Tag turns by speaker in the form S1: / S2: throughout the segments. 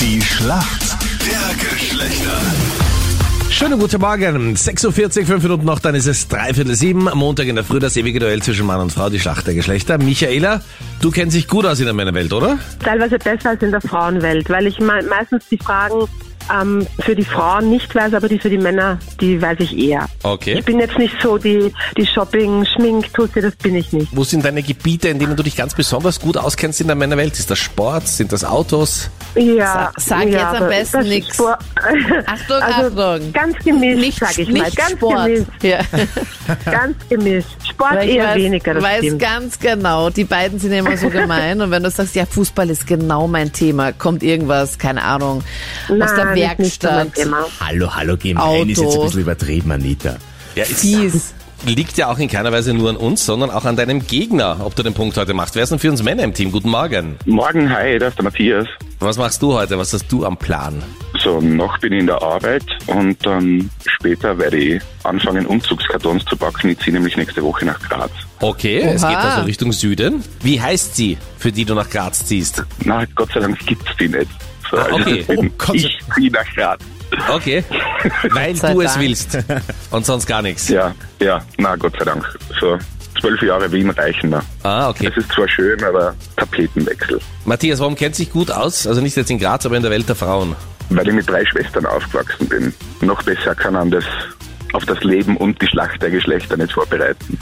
S1: Die Schlacht der Geschlechter.
S2: Schönen guten Morgen. 6.40 Uhr, 5 Minuten noch, dann ist es dreiviertel sieben. Am Montag in der Früh das ewige Duell zwischen Mann und Frau, die Schlacht der Geschlechter. Michaela, du kennst dich gut aus in der Männerwelt, oder?
S3: teilweise besser als in der Frauenwelt, weil ich me meistens die Fragen ähm, für die Frauen nicht weiß, aber die für die Männer, die weiß ich eher.
S2: Okay.
S3: Ich bin jetzt nicht so die, die Shopping, Schmink, Tussi, das bin ich nicht.
S2: Wo sind deine Gebiete, in denen du dich ganz besonders gut auskennst in der Männerwelt? Ist das Sport? Sind das Autos?
S3: Ja,
S4: Sa- sag jetzt
S3: ja,
S4: am
S3: aber
S4: besten
S3: das ist
S4: nix.
S3: Spor-
S4: Achtung,
S3: also
S4: Achtung.
S3: Ganz gemischt,
S4: Nicht,
S3: sag ich
S4: nicht
S3: mal. Ganz
S4: Sport.
S3: gemischt,
S4: Ja.
S3: ganz gemischt. Sport
S4: Weil ich
S3: eher
S4: weiß,
S3: weniger, das
S4: weiß
S3: stimmt.
S4: ganz genau, die beiden sind immer so gemein. Und wenn du sagst, ja, Fußball ist genau mein Thema, kommt irgendwas, keine Ahnung, aus der
S3: Nein, ist nicht so mein
S4: Werkstatt,
S3: Thema.
S5: Hallo, hallo, gemein ist
S4: Auto.
S5: jetzt ein bisschen übertrieben, Anita.
S2: Ja, ist
S4: fies.
S2: Liegt ja auch in keiner Weise nur an uns, sondern auch an deinem Gegner, ob du den Punkt heute machst. Wer ist denn für uns Männer im Team? Guten Morgen.
S6: Morgen, hi, das ist der Matthias.
S2: Was machst du heute? Was hast du am Plan?
S6: So, noch bin ich in der Arbeit und dann später werde ich anfangen, Umzugskartons zu packen. Ich ziehe nämlich nächste Woche nach Graz.
S2: Okay, es
S4: Oha.
S2: geht also Richtung Süden. Wie heißt sie, für die du nach Graz ziehst?
S6: Na, Gott sei Dank gibt's die nicht. So, also
S2: Ah, okay.
S6: ich bin, ich ziehe nach Graz.
S2: Okay, weil
S4: Gott sei
S2: du es
S4: Dank.
S2: willst und sonst gar nichts.
S6: Ja, ja, na, Gott sei Dank. So, zwölf Jahre Wien reichen mir.
S2: Ah, okay.
S6: Es ist zwar schön, aber Tapetenwechsel.
S2: Matthias, warum kennt sich gut aus? Also nicht jetzt in Graz, aber in der Welt der Frauen.
S6: Weil ich mit drei Schwestern aufgewachsen bin. Noch besser kann man das auf das Leben und die Schlacht der Geschlechter nicht vorbereiten.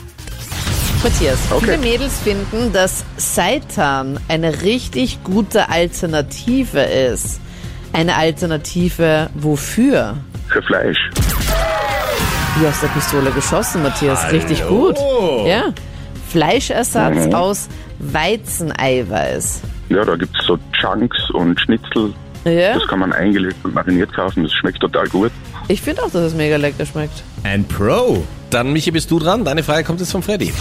S4: Matthias,
S6: Okay.
S4: viele Mädels finden, dass Seitan eine richtig gute Alternative ist. Eine Alternative wofür?
S6: Für Fleisch.
S4: Wie aus der Pistole geschossen, Matthias. Richtig gut. Ja. Fleischersatz aus Weizeneiweiß.
S6: Ja, da gibt's so Chunks und Schnitzel.
S4: Ja.
S6: Das kann man eingelegt und mariniert kaufen. Das schmeckt total gut.
S4: Ich finde auch, dass es mega lecker schmeckt.
S5: Ein Pro.
S2: Dann, Michi, bist du dran. Deine Frage kommt jetzt von Freddy.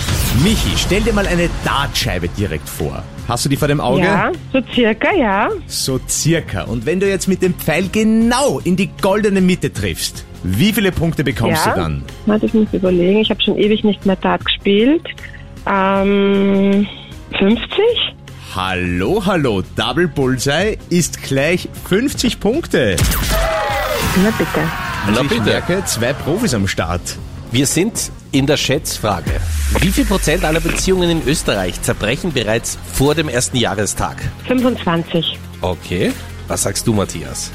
S5: Michi, stell dir mal eine Dartscheibe direkt vor. Hast du die vor dem Auge?
S3: Ja, so circa, ja.
S5: So circa. Und wenn du jetzt mit dem Pfeil genau in die goldene Mitte triffst, wie viele Punkte bekommst
S3: ja.
S5: du dann?
S3: Warte, ich muss überlegen. Ich habe schon ewig nicht mehr Dart gespielt. Ähm, 50?
S5: Hallo, hallo, Double Bullseye ist gleich 50 Punkte.
S3: Na bitte.
S2: Na
S5: ich
S2: bitte.
S5: merke, zwei Profis am Start.
S2: Wir sind in der Schätzfrage. Wie viel Prozent aller Beziehungen in Österreich zerbrechen bereits vor dem ersten Jahrestag?
S3: 25.
S2: Okay. Was sagst du, Matthias?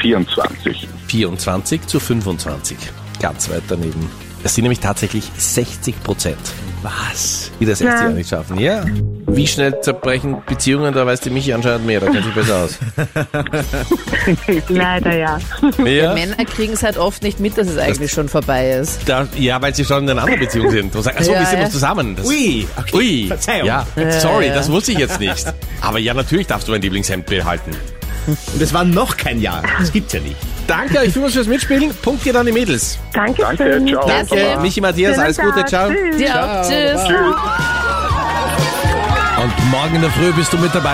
S6: 24.
S2: 24 zu 25. Ganz weit daneben. Es sind nämlich tatsächlich 60 Prozent,
S5: Was?
S2: die das erste
S3: Ja.
S2: Jahr nicht schaffen. Ja. Wie schnell zerbrechen Beziehungen? Da weiß die Michi anscheinend mehr. Da kennt sich besser aus.
S3: Leider ja.
S2: Mehr?
S4: Männer kriegen es halt oft nicht mit, dass es eigentlich schon vorbei ist.
S2: Da, ja, weil sie schon in einer anderen Beziehung sind. Und sagen, Achso,
S4: Ja,
S2: wir sind
S4: ja.
S2: noch zusammen. Das,
S5: Ui, okay.
S2: Ui,
S5: Verzeihung.
S2: ja, sorry, das wusste ich jetzt nicht. Aber ja, natürlich darfst du mein Lieblingshemd behalten.
S5: Und es war noch kein Jahr. Das gibt's ja nicht.
S2: Danke euch vielmals fürs Mitspielen. Punkt geht an die Mädels.
S3: Danke.
S6: Danke, ciao.
S4: Danke.
S2: Okay, Michi, Matthias, alles Gute, ciao.
S4: Dir auch. Tschüss.
S2: Und morgen in der Früh bist du mit dabei.